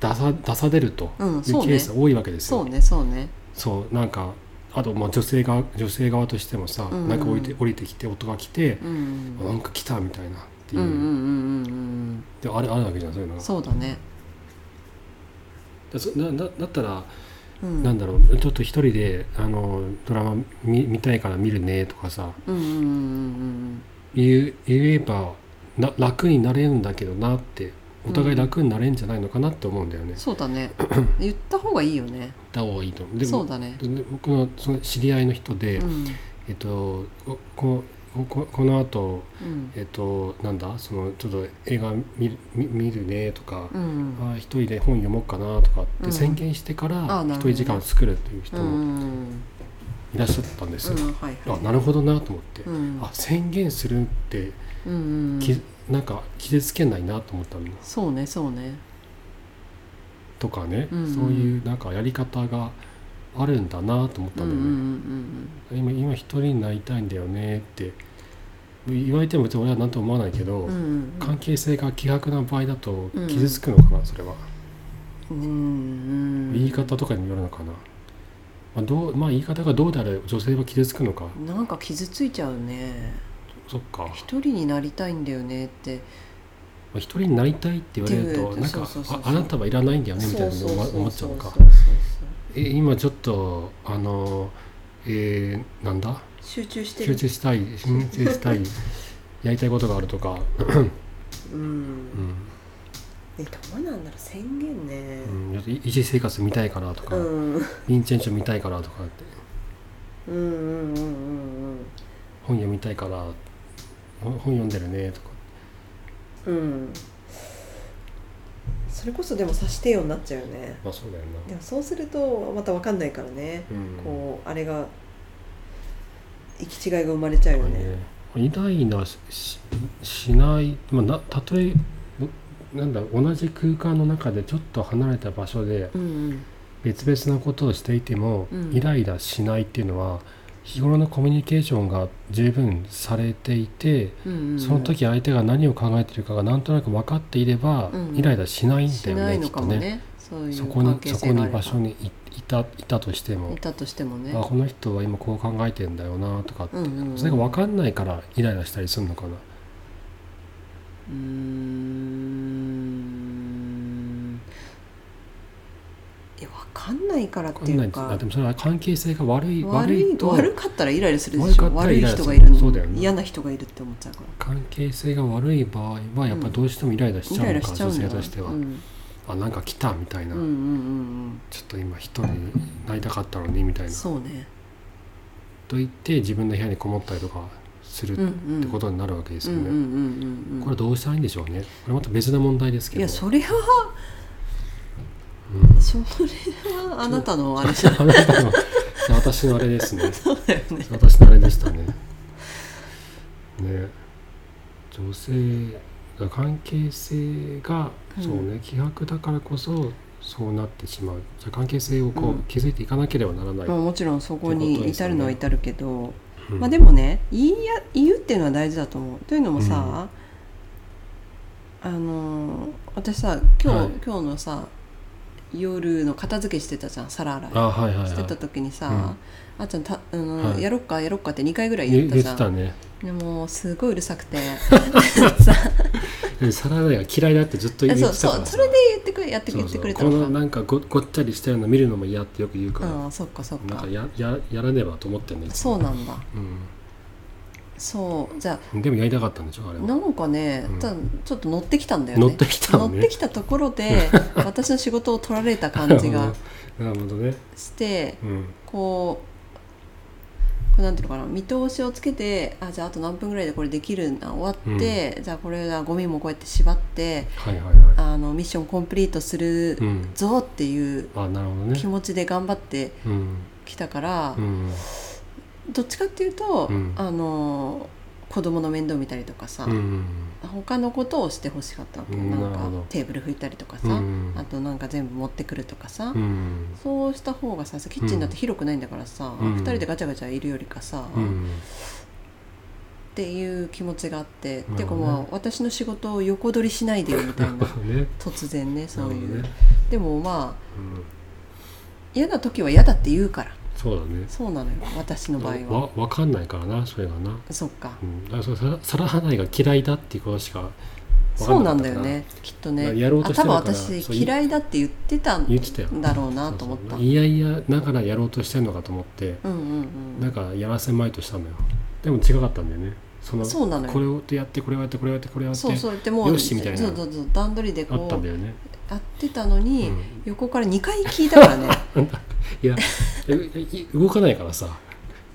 Speaker 1: 出さ出されるという
Speaker 2: うん
Speaker 1: ケ
Speaker 2: そうね
Speaker 1: ースが多いわけですよ
Speaker 2: そうねそうね
Speaker 1: そうなんかあとまあ女性側女性側としてもさ、
Speaker 2: うんうん
Speaker 1: なんか降りて降りてきて音が来て
Speaker 2: う、ん
Speaker 1: あなんか来たみたいなって
Speaker 2: うん
Speaker 1: いう、
Speaker 2: うんうんうんうん
Speaker 1: であれあるわけじゃんそういうのが
Speaker 2: そうだね
Speaker 1: だそななだったら、
Speaker 2: うん
Speaker 1: なんだろうちょっと一人であのドラマ見見たいから見るねとかさ
Speaker 2: うんうんうんうん
Speaker 1: 言う言えばな楽になれるんだけどなってお互い楽になれるんじゃないのかなって思うんだよね、
Speaker 2: うんそうだ
Speaker 1: [clears throat]
Speaker 2: ね言った方がいいよね
Speaker 1: 行った方がいいと思うでも
Speaker 2: そうだね
Speaker 1: で僕のその知り合いの人で、
Speaker 2: うん
Speaker 1: えっとここここの後
Speaker 2: うん
Speaker 1: えっとなんだそのちょっと映画見る見見るねとか、
Speaker 2: うん
Speaker 1: あー一人で本読もうかなとかっ
Speaker 2: う
Speaker 1: て
Speaker 2: ん
Speaker 1: 宣言してか
Speaker 2: あー
Speaker 1: ら一
Speaker 2: なるほど
Speaker 1: 人時間を作るっていう人
Speaker 2: うんう
Speaker 1: も
Speaker 2: ん
Speaker 1: いらっしゃったんですよ。
Speaker 2: うんはいはい
Speaker 1: あなるほどなと思って、
Speaker 2: うん
Speaker 1: あ宣言するって
Speaker 2: うんうん
Speaker 1: き、なんか傷つけないなと思ったの
Speaker 2: そうねそうね
Speaker 1: とかね、
Speaker 2: うんうん
Speaker 1: そういうなんかやり方があるんだなと思っ
Speaker 2: う
Speaker 1: た
Speaker 2: ん
Speaker 1: ん
Speaker 2: う
Speaker 1: だよ
Speaker 2: んう
Speaker 1: ね。
Speaker 2: ん
Speaker 1: 今今一人になりたいんだよねって言われても別に俺は何とも思わないけど、
Speaker 2: うんうん
Speaker 1: 関係性が希薄な場合だと
Speaker 2: うん
Speaker 1: 傷つくのかな、それは
Speaker 2: うんうん
Speaker 1: 言い方とかによるのかな、まあどうまあ、言い方がどうであれ女性は傷つくのか
Speaker 2: なんか傷ついちゃうね
Speaker 1: そっか、ま
Speaker 2: 一人になりたいんだよねって
Speaker 1: あ、一人になりたいって言われる
Speaker 2: っ
Speaker 1: と
Speaker 2: ていう
Speaker 1: なんか
Speaker 2: そうそうそうそ
Speaker 1: あ
Speaker 2: う
Speaker 1: あなたはいらないんだよねみたいなの
Speaker 2: そう
Speaker 1: を
Speaker 2: そ
Speaker 1: 思
Speaker 2: うそうそう
Speaker 1: 思っちゃうのか
Speaker 2: そうそうそう
Speaker 1: え今ちょっとあのえーなんだ
Speaker 2: 集中して
Speaker 1: 集
Speaker 2: る
Speaker 1: 中したい集中した
Speaker 2: [laughs]
Speaker 1: いやりたいことがあるとか、
Speaker 2: う
Speaker 1: うんん
Speaker 2: えどうなんだろう宣言ね
Speaker 1: うん、ちょっと維持生活見たいからとか、
Speaker 2: うんうん
Speaker 1: インチェンション見たいからとかって
Speaker 2: うんうんうん
Speaker 1: 本読みたいからほ本読んでるねとか
Speaker 2: うんうんそれこそでも察してよになっちゃうよね
Speaker 1: まあそうだよ
Speaker 2: でもそうするとまた分かんないからね
Speaker 1: な、うん
Speaker 2: こうあれが行き違いが生まれちゃうよ
Speaker 1: まあ
Speaker 2: ね
Speaker 1: ねイライラしししない、まあ、なたとえぼなんだ同じ空間の中でちょっと離れた場所で
Speaker 2: うんうん
Speaker 1: 別々なことをしていても、
Speaker 2: うん
Speaker 1: イライラしないっていうのは日頃のコミュニケーションが十分されていて、
Speaker 2: うんうん
Speaker 1: その時相手が何を考えているかがなんとなく分かっていれば、
Speaker 2: うん
Speaker 1: イライラしないんだ
Speaker 2: し
Speaker 1: よ
Speaker 2: な
Speaker 1: ね
Speaker 2: い
Speaker 1: き
Speaker 2: の
Speaker 1: っ
Speaker 2: か
Speaker 1: と
Speaker 2: も
Speaker 1: ね
Speaker 2: ねそうい
Speaker 1: そうこに
Speaker 2: 関係
Speaker 1: そこ
Speaker 2: 性があ
Speaker 1: に
Speaker 2: れば
Speaker 1: 場所にいいたいたとしても
Speaker 2: い、たとしてもね
Speaker 1: あこの人は今こう考えてんだよなとか、
Speaker 2: うんうんうん
Speaker 1: それが分かんないからイライラしたりするのかな
Speaker 2: うーんいやわかんないからっ
Speaker 1: 分か
Speaker 2: て
Speaker 1: ん
Speaker 2: い
Speaker 1: ない
Speaker 2: うん
Speaker 1: です
Speaker 2: か
Speaker 1: あでもそれは関係性が悪い
Speaker 2: 悪い
Speaker 1: と
Speaker 2: 悪かったらイライラするでしょ
Speaker 1: 悪かったら
Speaker 2: 悪
Speaker 1: イ
Speaker 2: い
Speaker 1: ライラす
Speaker 2: 人
Speaker 1: る
Speaker 2: がいる
Speaker 1: そうだよ
Speaker 2: の
Speaker 1: ね
Speaker 2: 嫌な人がいるって思っちゃうから
Speaker 1: 関係性が悪い場合はやっぱ
Speaker 2: うん
Speaker 1: どうしてもイライラし
Speaker 2: イ
Speaker 1: ちゃ
Speaker 2: ラ
Speaker 1: う
Speaker 2: イ
Speaker 1: の
Speaker 2: ラ
Speaker 1: か、
Speaker 2: しちゃう
Speaker 1: 女
Speaker 2: ん
Speaker 1: 性
Speaker 2: だ
Speaker 1: としては、
Speaker 2: うん
Speaker 1: あなんか来たみたい
Speaker 2: うん
Speaker 1: な、
Speaker 2: うんうん
Speaker 1: ちょっと今一人になりたかったのにみたい
Speaker 2: うん
Speaker 1: な
Speaker 2: そうね
Speaker 1: と言って自分の部屋にこもったりとかする
Speaker 2: うん
Speaker 1: っ
Speaker 2: うん
Speaker 1: てことになるわけですよね、
Speaker 2: うんうんうんうんうん
Speaker 1: これどうしたらいいんでしょうねこれまた別の問題ですけど
Speaker 2: いや
Speaker 1: [laughs]
Speaker 2: それは
Speaker 1: うん
Speaker 2: それはあなたのあれじゃ
Speaker 1: あなたの私のあれですね
Speaker 2: そうだよね
Speaker 1: 私のあれでしたね。ね女性が関係性が、
Speaker 2: うん
Speaker 1: そうね希薄だからこそそうなってしまうじゃあ関係性をこう、
Speaker 2: うん
Speaker 1: 築いていかなければならない、
Speaker 2: まあもちろんそこに至るのは至るけど
Speaker 1: うん
Speaker 2: まあでもね言いや言うっていうのは大事だと思うというのもさ、あのー私さ今日、
Speaker 1: はい
Speaker 2: 今日のさ夜の片付けしてたじゃん皿洗い
Speaker 1: あはいはいはい
Speaker 2: してた時にさ、あっちゃんた、あのー
Speaker 1: はい
Speaker 2: やろっかやろっかって2回ぐらい言
Speaker 1: 言
Speaker 2: っ
Speaker 1: 言
Speaker 2: た
Speaker 1: っ
Speaker 2: じゃ
Speaker 1: て
Speaker 2: ん
Speaker 1: たね
Speaker 2: でもすごいうるさくて
Speaker 1: でサラダが嫌いだってずっと言って
Speaker 2: そう
Speaker 1: たから
Speaker 2: そ
Speaker 1: さ
Speaker 2: うそれで言ってくれやってく
Speaker 1: そう
Speaker 2: れ言
Speaker 1: そ
Speaker 2: って
Speaker 1: う
Speaker 2: くれた
Speaker 1: こ
Speaker 2: の
Speaker 1: の
Speaker 2: か
Speaker 1: なんかごごっちゃりしたような見るのも嫌ってよく言うから、
Speaker 2: うんそっかそっ
Speaker 1: なん
Speaker 2: か
Speaker 1: かやややらねばと思ってんです
Speaker 2: そうなんだ
Speaker 1: う
Speaker 2: そうじゃあ
Speaker 1: ん、でもやりたかったんでしょあれは
Speaker 2: なんかね、
Speaker 1: うん
Speaker 2: ただちょっと乗ってきたんだよね
Speaker 1: 乗ってきたの
Speaker 2: 乗
Speaker 1: ね
Speaker 2: ってきたとこ
Speaker 1: [laughs]
Speaker 2: ろで私の仕事を取られた感じが
Speaker 1: なるほどね、
Speaker 2: して
Speaker 1: うん、
Speaker 2: こうこれなんていうのかな見通しをつけてあじゃああと何分ぐらいでこれできるな終わって、じゃあこれはゴミもこうやって縛って
Speaker 1: はいはいは
Speaker 2: あのミッションコンプリートする
Speaker 1: い。うん。
Speaker 2: ぞっていう
Speaker 1: あ、なるほど
Speaker 2: 気
Speaker 1: ね。
Speaker 2: 持ちで頑張って
Speaker 1: うん。
Speaker 2: きたから、
Speaker 1: うん。
Speaker 2: どっちかっていうと、
Speaker 1: うん
Speaker 2: あの子供の面倒見たりとかさ、
Speaker 1: うん。
Speaker 2: 他のことをしてほしかったわけよ
Speaker 1: うん
Speaker 2: なん
Speaker 1: なる
Speaker 2: か
Speaker 1: ほど
Speaker 2: テーブル拭いたりとか
Speaker 1: う
Speaker 2: さ、
Speaker 1: ん。
Speaker 2: あとなんか全部持ってくるとかさ、
Speaker 1: うん。
Speaker 2: そうした方がさキッチンだって広くないんだからさ、
Speaker 1: うん
Speaker 2: 2人でガチャガチャいるよりかさ、
Speaker 1: う
Speaker 2: っ
Speaker 1: ん。
Speaker 2: ていう気持ちがあって、
Speaker 1: な
Speaker 2: て
Speaker 1: る
Speaker 2: か
Speaker 1: ほどね
Speaker 2: まあ私の仕事を横取りしないでよみた
Speaker 1: [laughs]
Speaker 2: いな
Speaker 1: ね。
Speaker 2: 突然ねそうい
Speaker 1: な
Speaker 2: う、
Speaker 1: るほどね
Speaker 2: でもまあ
Speaker 1: うん。
Speaker 2: 嫌な時は嫌だって言うから
Speaker 1: そうだね。
Speaker 2: そうなのよ私の場合は
Speaker 1: わ、わかんないからな、それがな。
Speaker 2: そっか
Speaker 1: うん。あ、そう、さ、皿洗いが嫌いだっていうことしか。
Speaker 2: そうなんだよ。ねきっとね
Speaker 1: やろうとしてるから
Speaker 2: あ多分
Speaker 1: そ
Speaker 2: 私
Speaker 1: う
Speaker 2: 嫌いだって言ってたん
Speaker 1: 言ってたよ。
Speaker 2: だろうな
Speaker 1: そう
Speaker 2: と
Speaker 1: そ
Speaker 2: 思
Speaker 1: う
Speaker 2: った
Speaker 1: いやいや、ながらやろうとしてるのかと思って。
Speaker 2: うんうんうん
Speaker 1: だから、やらせまいとしたのよ。でも、違かったんだよね。その。
Speaker 2: そうなのよ
Speaker 1: これをやって、これをやって、これをやって、これをやって。
Speaker 2: そうそう言ってもう
Speaker 1: よしみたいな
Speaker 2: そうそうそう段取りで
Speaker 1: あっ
Speaker 2: こ
Speaker 1: たん
Speaker 2: う
Speaker 1: だよね。
Speaker 2: やってたのに、
Speaker 1: うん
Speaker 2: 横から2回聞いた
Speaker 1: [laughs]
Speaker 2: からね
Speaker 1: いやえい動かないからさ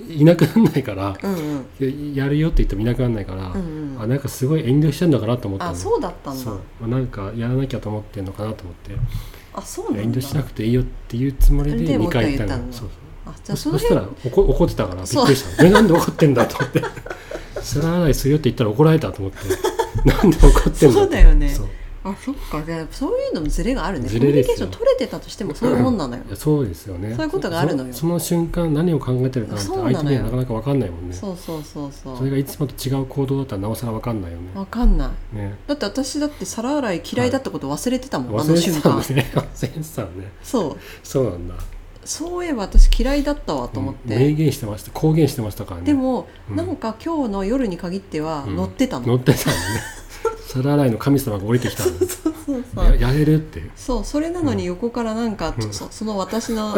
Speaker 1: いなくならないから
Speaker 2: うんうん
Speaker 1: いやるよって言ってもいなくならないから、
Speaker 2: うんう
Speaker 1: あ
Speaker 2: ん
Speaker 1: なんかすごい遠慮してんのかなと思った
Speaker 2: あ
Speaker 1: の
Speaker 2: そうだったんだ
Speaker 1: そうまあなんかやらなきゃと思ってんのかなと思って
Speaker 2: あそうなん
Speaker 1: 遠
Speaker 2: だ
Speaker 1: 慮しなくていいよっていうつもり
Speaker 2: で
Speaker 1: で
Speaker 2: もう
Speaker 1: 2
Speaker 2: 一回
Speaker 1: 回言った
Speaker 2: 言
Speaker 1: の
Speaker 2: った
Speaker 1: そ
Speaker 2: ん
Speaker 1: う
Speaker 2: だあじゃ
Speaker 1: そ
Speaker 2: あそ
Speaker 1: そ
Speaker 2: の
Speaker 1: した
Speaker 2: 辺
Speaker 1: ら怒怒ってたからびっくりしたのえなんで怒ってんだと思って [laughs] 「皿洗いするよ」って言ったら怒られたと思って [laughs] 「なんで怒ってんだ」
Speaker 2: そうだよね
Speaker 1: そう
Speaker 2: あそっかじゃあそういうのもズレがあるねコ
Speaker 1: ズ
Speaker 2: ミュ
Speaker 1: レ
Speaker 2: ニ
Speaker 1: です
Speaker 2: ケ
Speaker 1: よ
Speaker 2: ーション取れてたとしてもそういうもんなのよ
Speaker 1: [laughs] いやそうですよね
Speaker 2: そういうことがあるのよ
Speaker 1: そその瞬間何を考えてるかなんて
Speaker 2: そうなのよ
Speaker 1: 相手にはなかなか分かんないもんね
Speaker 2: そうそうそうそ
Speaker 1: それ
Speaker 2: う
Speaker 1: がいつもと違う行動だったらなおさら分かんないよね。
Speaker 2: わかんない
Speaker 1: ね
Speaker 2: だって私だって皿洗い嫌いだったこと忘れてたもん、あ
Speaker 1: 忘
Speaker 2: の
Speaker 1: れて
Speaker 2: 瞬
Speaker 1: たん
Speaker 2: 間
Speaker 1: だね。 [laughs] 忘れてたのね。
Speaker 2: そう
Speaker 1: そうなんだ。
Speaker 2: そういえば私嫌いだったわと思っ
Speaker 1: うん
Speaker 2: て、
Speaker 1: 明言してました。公言してましたからね。
Speaker 2: でも、
Speaker 1: うん
Speaker 2: なんか今日の夜に限っては
Speaker 1: うん
Speaker 2: 乗ってたの、
Speaker 1: 乗ってたのね。皿洗いの神様が降りてきたのね
Speaker 2: [laughs] そうそうそう
Speaker 1: ややれるっていう。
Speaker 2: そうそれなのに横からなんか、
Speaker 1: うん
Speaker 2: そその私の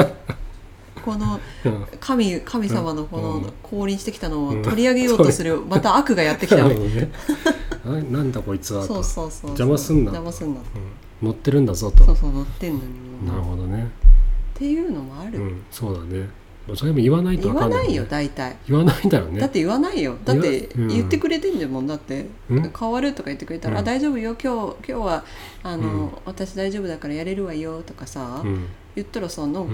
Speaker 2: この
Speaker 1: うん
Speaker 2: 神神様のこの
Speaker 1: うん
Speaker 2: 降臨してきたの
Speaker 1: う
Speaker 2: を
Speaker 1: ん
Speaker 2: 取り上げようとするまた悪がやってき
Speaker 1: な
Speaker 2: た
Speaker 1: る
Speaker 2: の
Speaker 1: ほどね。ななんだこいつは
Speaker 2: そ
Speaker 1: と
Speaker 2: う。そうそう
Speaker 1: 邪魔すんな
Speaker 2: 邪魔すんな
Speaker 1: うん乗ってるんだぞと
Speaker 2: そ。うそう乗ってんのにもう
Speaker 1: なるほどね。
Speaker 2: っていうのもあ
Speaker 1: う
Speaker 2: る、
Speaker 1: ん、そうだね。それも言わないと
Speaker 2: 言
Speaker 1: 分か
Speaker 2: わ
Speaker 1: んな、
Speaker 2: ないいよ。大体
Speaker 1: 言わないだろう
Speaker 2: だ
Speaker 1: ね
Speaker 2: っ。て言わないよだって
Speaker 1: うん
Speaker 2: 言ってくれてんじゃんもんだって
Speaker 1: うん
Speaker 2: 変わるとか言ってくれたら「
Speaker 1: うん
Speaker 2: あ大丈夫よ今日今日はあの、
Speaker 1: うん
Speaker 2: 私大丈夫だからやれるわよ」とかさ、
Speaker 1: うん。
Speaker 2: 言ったらさなん
Speaker 1: う
Speaker 2: か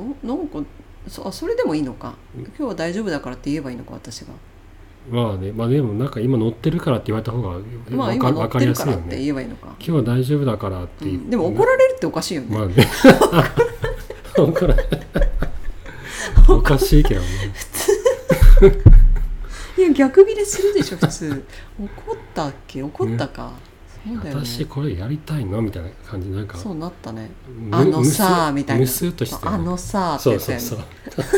Speaker 1: ん
Speaker 2: 「おなんかそあそれでもいいのか今日は大丈夫だから」って言えばいいのか私が
Speaker 1: まあねまあでもなんか今乗ってるからって言われた方が
Speaker 2: まあ
Speaker 1: 分か
Speaker 2: 今
Speaker 1: る
Speaker 2: 乗
Speaker 1: わ
Speaker 2: っ
Speaker 1: か
Speaker 2: て
Speaker 1: り
Speaker 2: る
Speaker 1: やす
Speaker 2: か
Speaker 1: い
Speaker 2: ら
Speaker 1: よ
Speaker 2: って
Speaker 1: ね
Speaker 2: 言えばいいのか、
Speaker 1: 今日大丈夫だからって
Speaker 2: う
Speaker 1: 言って、
Speaker 2: ん、でも怒られるっておかしいよね、
Speaker 1: まあね怒られおかしいけどね
Speaker 2: いや逆切れするでしょ普通 [laughs] 怒ったっけ怒ったか、そうだよね
Speaker 1: 私これやりたいのみたいな感じなんか
Speaker 2: そうなったね
Speaker 1: む
Speaker 2: あのさ
Speaker 1: むす
Speaker 2: みたいな
Speaker 1: むすっとして
Speaker 2: あのさって
Speaker 1: そ
Speaker 2: や
Speaker 1: う
Speaker 2: つ
Speaker 1: そ
Speaker 2: だ
Speaker 1: う
Speaker 2: よね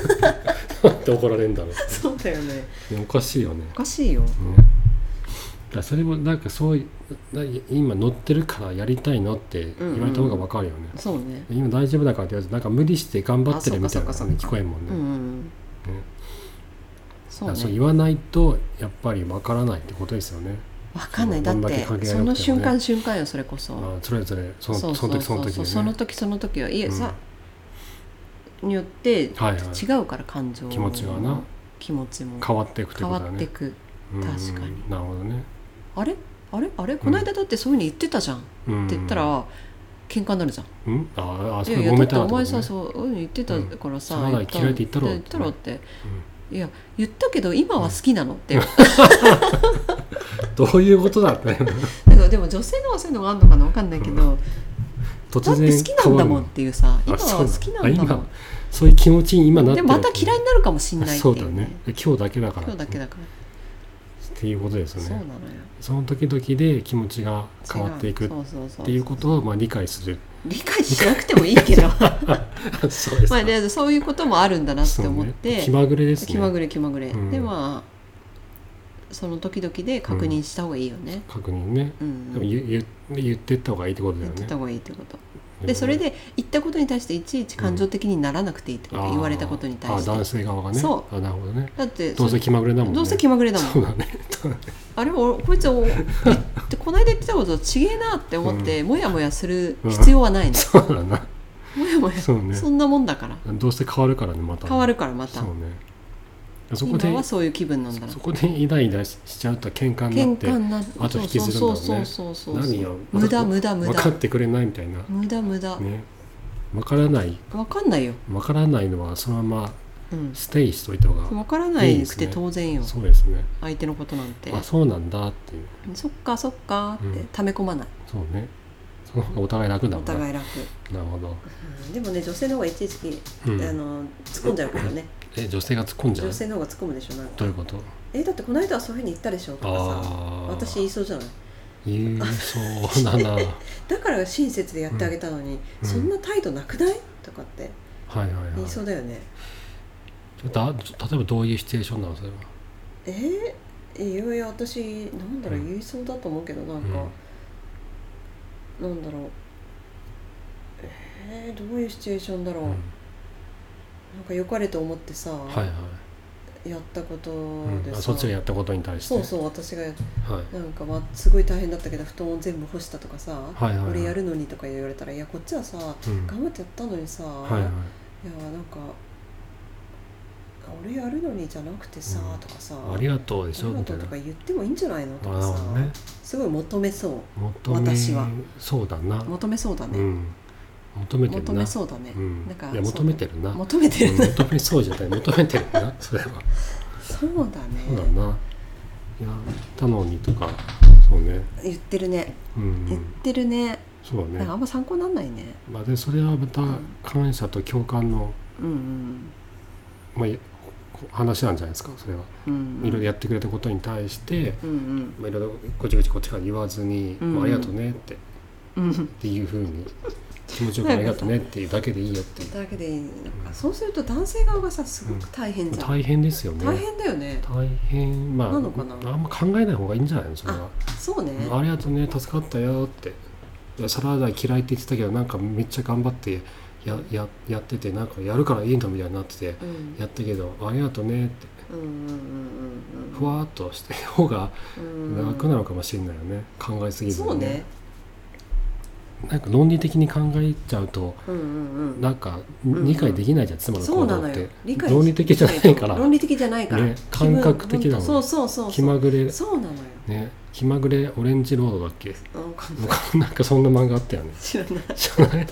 Speaker 1: そうなんで怒られるんだろう [laughs]
Speaker 2: そうだよね
Speaker 1: ねおかしいよね
Speaker 2: おかしいよ
Speaker 1: ねだからそれもなんかそういうな今乗ってるからやりたいのって言われた方が分かるよね、
Speaker 2: そうね
Speaker 1: 今大丈夫だからって言われてなんか無理して頑張ってるみたいな
Speaker 2: あそ
Speaker 1: 感
Speaker 2: っ
Speaker 1: じ
Speaker 2: か
Speaker 1: に聞こえんもん
Speaker 2: う
Speaker 1: ね、
Speaker 2: んう
Speaker 1: だか
Speaker 2: んうん、
Speaker 1: ね
Speaker 2: そう
Speaker 1: らそう
Speaker 2: ね
Speaker 1: 言わないとやっぱり分からないってことですよね、
Speaker 2: わかんないだっ
Speaker 1: どんだけ
Speaker 2: て
Speaker 1: 関係が良くてもね
Speaker 2: その瞬間瞬間よそれこそ、
Speaker 1: まあ、それぞれその
Speaker 2: う
Speaker 1: その時その時でね
Speaker 2: その時その時はいえ、
Speaker 1: うん
Speaker 2: さによって違
Speaker 1: はいはいう
Speaker 2: から感情も
Speaker 1: 気持ちがな
Speaker 2: 気持ちも
Speaker 1: 変わっていくって
Speaker 2: 変
Speaker 1: こ
Speaker 2: わ
Speaker 1: とだ
Speaker 2: って
Speaker 1: ね
Speaker 2: く
Speaker 1: うん
Speaker 2: 確かに
Speaker 1: なるほどね
Speaker 2: あれあれあれこの間だってそういうふうに言ってたじゃん、
Speaker 1: うん
Speaker 2: って言ったら喧嘩になるじゃん
Speaker 1: うんああ
Speaker 2: い
Speaker 1: そ
Speaker 2: や
Speaker 1: れ
Speaker 2: いや
Speaker 1: 揉
Speaker 2: だ
Speaker 1: め
Speaker 2: って
Speaker 1: た
Speaker 2: お
Speaker 1: ってこと
Speaker 2: 前
Speaker 1: ね
Speaker 2: さそううん言ってたからさ、
Speaker 1: うんそんなの嫌いって言ったろ
Speaker 2: 言ったろって、いや言ったけど今は好きなのって、
Speaker 1: どういうことだって
Speaker 2: なんかでも女性のはそういうのがあるのかなわかんないけど、だ
Speaker 1: [laughs] 突
Speaker 2: って
Speaker 1: 然
Speaker 2: 好きなんだもんっていうさ
Speaker 1: 変
Speaker 2: 今
Speaker 1: わるの
Speaker 2: は好きなんだ
Speaker 1: あそう
Speaker 2: も
Speaker 1: あ
Speaker 2: ん
Speaker 1: 今そういう気持ちに今なって
Speaker 2: で
Speaker 1: る
Speaker 2: もまた嫌いになるかもしんないってい、
Speaker 1: そううだね今日だけだから
Speaker 2: 今日だけだか
Speaker 1: っていうことです
Speaker 2: ら、
Speaker 1: よ
Speaker 2: そうな
Speaker 1: ね
Speaker 2: のよ
Speaker 1: その時々で気持ちが変わっていく
Speaker 2: 違
Speaker 1: っ
Speaker 2: うそうそうそう
Speaker 1: ていうことをまあ理解
Speaker 2: [laughs]
Speaker 1: する
Speaker 2: 理解しなくてもいいけど
Speaker 1: [laughs]
Speaker 2: ま
Speaker 1: そうです
Speaker 2: あねそういうこともあるんだなって思って、
Speaker 1: そうね気まぐれですね
Speaker 2: 気まぐれ気まぐれ、
Speaker 1: うん
Speaker 2: でまあその時々で確認した方がいいよね、
Speaker 1: 確認ね
Speaker 2: うん
Speaker 1: でも言言言ってった方がいいってことだ
Speaker 2: 言
Speaker 1: よ
Speaker 2: って
Speaker 1: ね
Speaker 2: た方がいいってことでそれで言ったことに対していちいち感情的にならなくていいってこと、
Speaker 1: あー
Speaker 2: 言われたことに対して
Speaker 1: あ男性側がね
Speaker 2: そ
Speaker 1: あなるほどね
Speaker 2: だって
Speaker 1: どうせ
Speaker 2: そ
Speaker 1: 気まぐれだもんね
Speaker 2: どうせ気まぐれだもん
Speaker 1: そうだね
Speaker 2: あれおこいつお言ってこの間言ってたことちげえなって思って、もやもやする必要はないの、
Speaker 1: そうだな
Speaker 2: もやもや
Speaker 1: そうね
Speaker 2: そんなもんだから
Speaker 1: どうせ変わるからねまたね
Speaker 2: 変わるからまた、
Speaker 1: そうねそこで
Speaker 2: 今はそういう気分なんだな
Speaker 1: そこでイライラしちゃうと喧嘩にな
Speaker 2: 喧
Speaker 1: って
Speaker 2: 嘩になる
Speaker 1: あと引きずるんだろうね
Speaker 2: そうそうそうそうそう
Speaker 1: 何よ
Speaker 2: 無駄無駄無
Speaker 1: 分
Speaker 2: 駄
Speaker 1: かってくれないみたいな
Speaker 2: 無駄無駄、
Speaker 1: ね分からない
Speaker 2: わかんないよ、
Speaker 1: 分からないのはそのまま
Speaker 2: うん、
Speaker 1: ステイしといた方が
Speaker 2: わからないく
Speaker 1: いい
Speaker 2: て
Speaker 1: ですね
Speaker 2: 当然よ
Speaker 1: そうですね
Speaker 2: 相手のことなんて
Speaker 1: あそうなんだっていう
Speaker 2: そっかそっかっ
Speaker 1: う
Speaker 2: て
Speaker 1: ん
Speaker 2: 溜め込まない、
Speaker 1: そうねその方がお互い楽だ
Speaker 2: お
Speaker 1: もんな
Speaker 2: 互い楽、
Speaker 1: なるほど、
Speaker 2: でもね女性の方がいちいち、
Speaker 1: うん、
Speaker 2: あの突っ込んじゃうからね
Speaker 1: え女性が突っ込んじゃう
Speaker 2: 女性の方が突っ込むでしょなん
Speaker 1: ど
Speaker 2: か
Speaker 1: ういうこと
Speaker 2: えだってこの間はそういうふうに言ったでしょとかさ
Speaker 1: ああ
Speaker 2: 私言いそうじゃない
Speaker 1: 言いそうだ
Speaker 2: [laughs]
Speaker 1: なはい
Speaker 2: だから親切でやってあげたのに、
Speaker 1: うん
Speaker 2: そんな態度なくないとかって
Speaker 1: はいはい
Speaker 2: 言いそうだよね、
Speaker 1: だ例えばどういうシチュエーションなのそれは
Speaker 2: えー、いやいや私なんだろう
Speaker 1: うん
Speaker 2: 言いそうだと思うけどなんか、なんだろうえー、どういうシチュエーションだろう、
Speaker 1: うん
Speaker 2: なんか良かれと思ってさ、
Speaker 1: はいはい、
Speaker 2: やったこと
Speaker 1: うん
Speaker 2: で
Speaker 1: あ
Speaker 2: さ、
Speaker 1: そっちがやったことに対して
Speaker 2: そうそう私がや
Speaker 1: はい、
Speaker 2: なんかまあすごい大変だったけど布団を全部干したとかさ、
Speaker 1: はいはいはい
Speaker 2: 俺やるのにとか言われたらいやこっちはさ
Speaker 1: うん、
Speaker 2: 頑張ってやったのにさ、
Speaker 1: はいはい
Speaker 2: いやなんか俺やるのにじゃなくてさ、
Speaker 1: うん
Speaker 2: とかさ
Speaker 1: ありがとうでしょ
Speaker 2: ありが
Speaker 1: み
Speaker 2: と
Speaker 1: たいうな
Speaker 2: とか言ってもいいんじゃないのと
Speaker 1: あな
Speaker 2: か
Speaker 1: る
Speaker 2: さ、
Speaker 1: ほどね
Speaker 2: すごい求めそう
Speaker 1: 求め
Speaker 2: 私は
Speaker 1: そうだな、
Speaker 2: 求めそうだ
Speaker 1: う
Speaker 2: ね、
Speaker 1: ん、求めてるな
Speaker 2: 求めそうだね、
Speaker 1: うん、
Speaker 2: なんか
Speaker 1: いや求めてるな
Speaker 2: そう求めて
Speaker 1: う
Speaker 2: る
Speaker 1: ん求め [laughs] そうじゃない求めてるなそれは
Speaker 2: そうだ
Speaker 1: そうだ
Speaker 2: ね
Speaker 1: ないやったのにとかそうね
Speaker 2: 言ってるね
Speaker 1: うん、う
Speaker 2: 言っ
Speaker 1: ん、
Speaker 2: てるね、
Speaker 1: そうだ
Speaker 2: なんかあ
Speaker 1: ね
Speaker 2: んま参考になんないね
Speaker 1: まあでそれはまた感謝と共感の、
Speaker 2: うん
Speaker 1: まあ、いこ話なんじゃないですかそれは
Speaker 2: うんうん
Speaker 1: いろいろやってくれたことに対して、
Speaker 2: うんうん
Speaker 1: まあ、いろいろごちごちこっちから言わずに、
Speaker 2: うん
Speaker 1: まあ、ありがとうねってっ
Speaker 2: うん
Speaker 1: ていうふうに気持ちよくありがとうねっていうだけでいいよって
Speaker 2: [laughs]
Speaker 1: いう
Speaker 2: だけでいいなんかそうすると男性側がさすごく大変じゃん、
Speaker 1: 大変ですよね
Speaker 2: 大変だよね
Speaker 1: 大変まあ
Speaker 2: なのかな
Speaker 1: あんま考えない方がいいんじゃないのそれは
Speaker 2: そうね
Speaker 1: ありがとうね助かったよっていや皿洗い嫌いって言ってたけどなんかめっちゃ頑張ってやややっててなんかやるからいいのみたいになってて
Speaker 2: うん
Speaker 1: やったけどありがとうねって
Speaker 2: うんうんうん
Speaker 1: ふわーっとしてる方が
Speaker 2: うんうん
Speaker 1: 楽なのかもしれないよね、考えすぎず
Speaker 2: そう
Speaker 1: に
Speaker 2: ね
Speaker 1: なんか論理的に考えちゃうと
Speaker 2: うんうんうん
Speaker 1: なんか
Speaker 2: ん
Speaker 1: 理解できないじゃん、妻の
Speaker 2: そ
Speaker 1: 行
Speaker 2: うな
Speaker 1: 動
Speaker 2: の
Speaker 1: っ
Speaker 2: よ
Speaker 1: て
Speaker 2: 理解
Speaker 1: 論理的じゃないから
Speaker 2: 論理的じゃないから、
Speaker 1: ね
Speaker 2: 気分
Speaker 1: 感覚的なの
Speaker 2: ほんとそうそうそう
Speaker 1: 気
Speaker 2: そう
Speaker 1: まぐれ
Speaker 2: そうなのよ
Speaker 1: ね気まぐれオレンジロードだっけ [laughs]
Speaker 2: うん
Speaker 1: なんかそんな漫画あったよね
Speaker 2: 知らない
Speaker 1: 知らないなん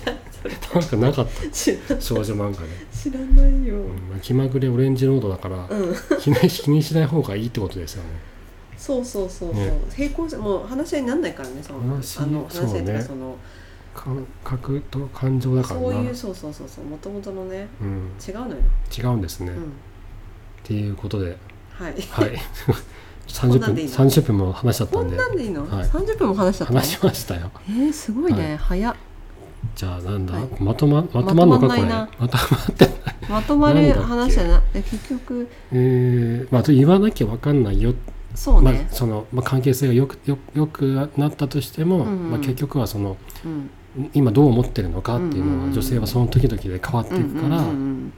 Speaker 1: かなかっ
Speaker 2: 知ら
Speaker 1: た少女漫画で、
Speaker 2: 知らないよ、
Speaker 1: うん、気まぐれオレンジロードだ
Speaker 2: [laughs]
Speaker 1: から
Speaker 2: うん、
Speaker 1: 気に気にしない方がいいってことですよね
Speaker 2: そうそうそうそう、
Speaker 1: ね
Speaker 2: 平行線もう話し合いになんないからねその
Speaker 1: 話
Speaker 2: あの
Speaker 1: そ
Speaker 2: 話
Speaker 1: う
Speaker 2: し合いっていう
Speaker 1: ね
Speaker 2: かその
Speaker 1: 感覚と感情だからな
Speaker 2: そういうそうそうそうそうもともとのね
Speaker 1: うん、
Speaker 2: 違うのよ、
Speaker 1: 違うんですね、
Speaker 2: う
Speaker 1: っ
Speaker 2: ん、
Speaker 1: ていうこと
Speaker 2: [laughs]
Speaker 1: で
Speaker 2: はい
Speaker 1: はい
Speaker 2: こ
Speaker 1: 30
Speaker 2: んなん
Speaker 1: 分
Speaker 2: でいいの
Speaker 1: 30分も話しちゃった
Speaker 2: こ
Speaker 1: ん
Speaker 2: ん
Speaker 1: で
Speaker 2: なんでいいの、
Speaker 1: はい
Speaker 2: 30分も話しちゃったの
Speaker 1: 話しましたよ
Speaker 2: えー、すごいね、早っ
Speaker 1: じゃあなんだ、
Speaker 2: はい
Speaker 1: まとままとまんのか
Speaker 2: まとまんないな
Speaker 1: これまとまって
Speaker 2: まとま
Speaker 1: なん
Speaker 2: る
Speaker 1: だっけ
Speaker 2: 話じゃないえ結局
Speaker 1: えー、まあ言わなきゃわかんないよ、
Speaker 2: そう
Speaker 1: まあ
Speaker 2: ね、
Speaker 1: そのまあ、関係性がよくよよくなったとしても、
Speaker 2: うんうん
Speaker 1: まあ、結局はその
Speaker 2: うん
Speaker 1: 今どう思ってるのかっていう
Speaker 2: うんうん
Speaker 1: のは
Speaker 2: うん
Speaker 1: 女性はその時々で変わっていくから、
Speaker 2: うんうん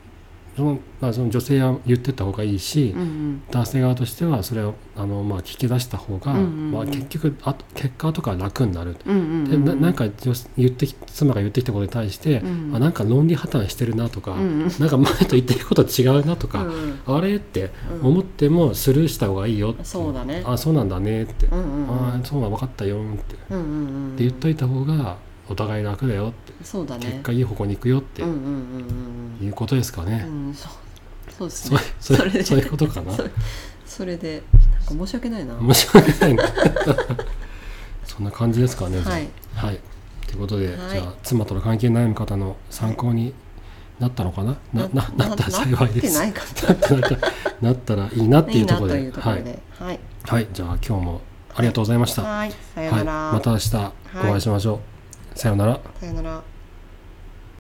Speaker 1: そのまあ、その女性は言ってった方がいいし、
Speaker 2: うんうんうん
Speaker 1: 男性側としてはそれをあの、まあ、聞き出した方が、
Speaker 2: うんうんうん
Speaker 1: まあ、結局あと結果とかは楽になる。
Speaker 2: うんうんうん
Speaker 1: でななんか女言ってき妻が言ってきたことに対して、
Speaker 2: うん
Speaker 1: あなんか論理破綻してるなとか、
Speaker 2: うんうん
Speaker 1: なんか前と言ってること違うなとか、
Speaker 2: うん
Speaker 1: あれって
Speaker 2: うん
Speaker 1: 思ってもスルーした方がいいよって
Speaker 2: そうだね
Speaker 1: あそうなんだねって、
Speaker 2: うんうんうん
Speaker 1: ああそうなん分かったよって,、って
Speaker 2: うんうんうん
Speaker 1: 言っといた方がお互い楽だよって、
Speaker 2: そうだね
Speaker 1: 結果いい方向に行くよって
Speaker 2: うんうんうんうん
Speaker 1: いうことですか
Speaker 2: う
Speaker 1: ね、
Speaker 2: んうんそうそうです
Speaker 1: そ
Speaker 2: ね
Speaker 1: れそれ
Speaker 2: そ
Speaker 1: そ
Speaker 2: れで
Speaker 1: ういうことかな
Speaker 2: そそれでなんか申し訳ないな
Speaker 1: 面白いね [laughs] そんな感じですかねじゃあ
Speaker 2: はい
Speaker 1: はいということで、
Speaker 2: はい
Speaker 1: じゃあ妻との関係悩む方の参考になったのかな、なななったら幸いです
Speaker 2: な
Speaker 1: な
Speaker 2: ってないか
Speaker 1: っ
Speaker 2: っ
Speaker 1: たら [laughs] なったらいいなったていうところ
Speaker 2: いい
Speaker 1: で
Speaker 2: なというとこ
Speaker 1: は
Speaker 2: ろ
Speaker 1: い、
Speaker 2: ではい
Speaker 1: はい、じゃあ今日もありがとうございました、
Speaker 2: はいさよ
Speaker 1: は、
Speaker 2: ないら
Speaker 1: また明日お会いしましょう。さようなら。
Speaker 2: さよなら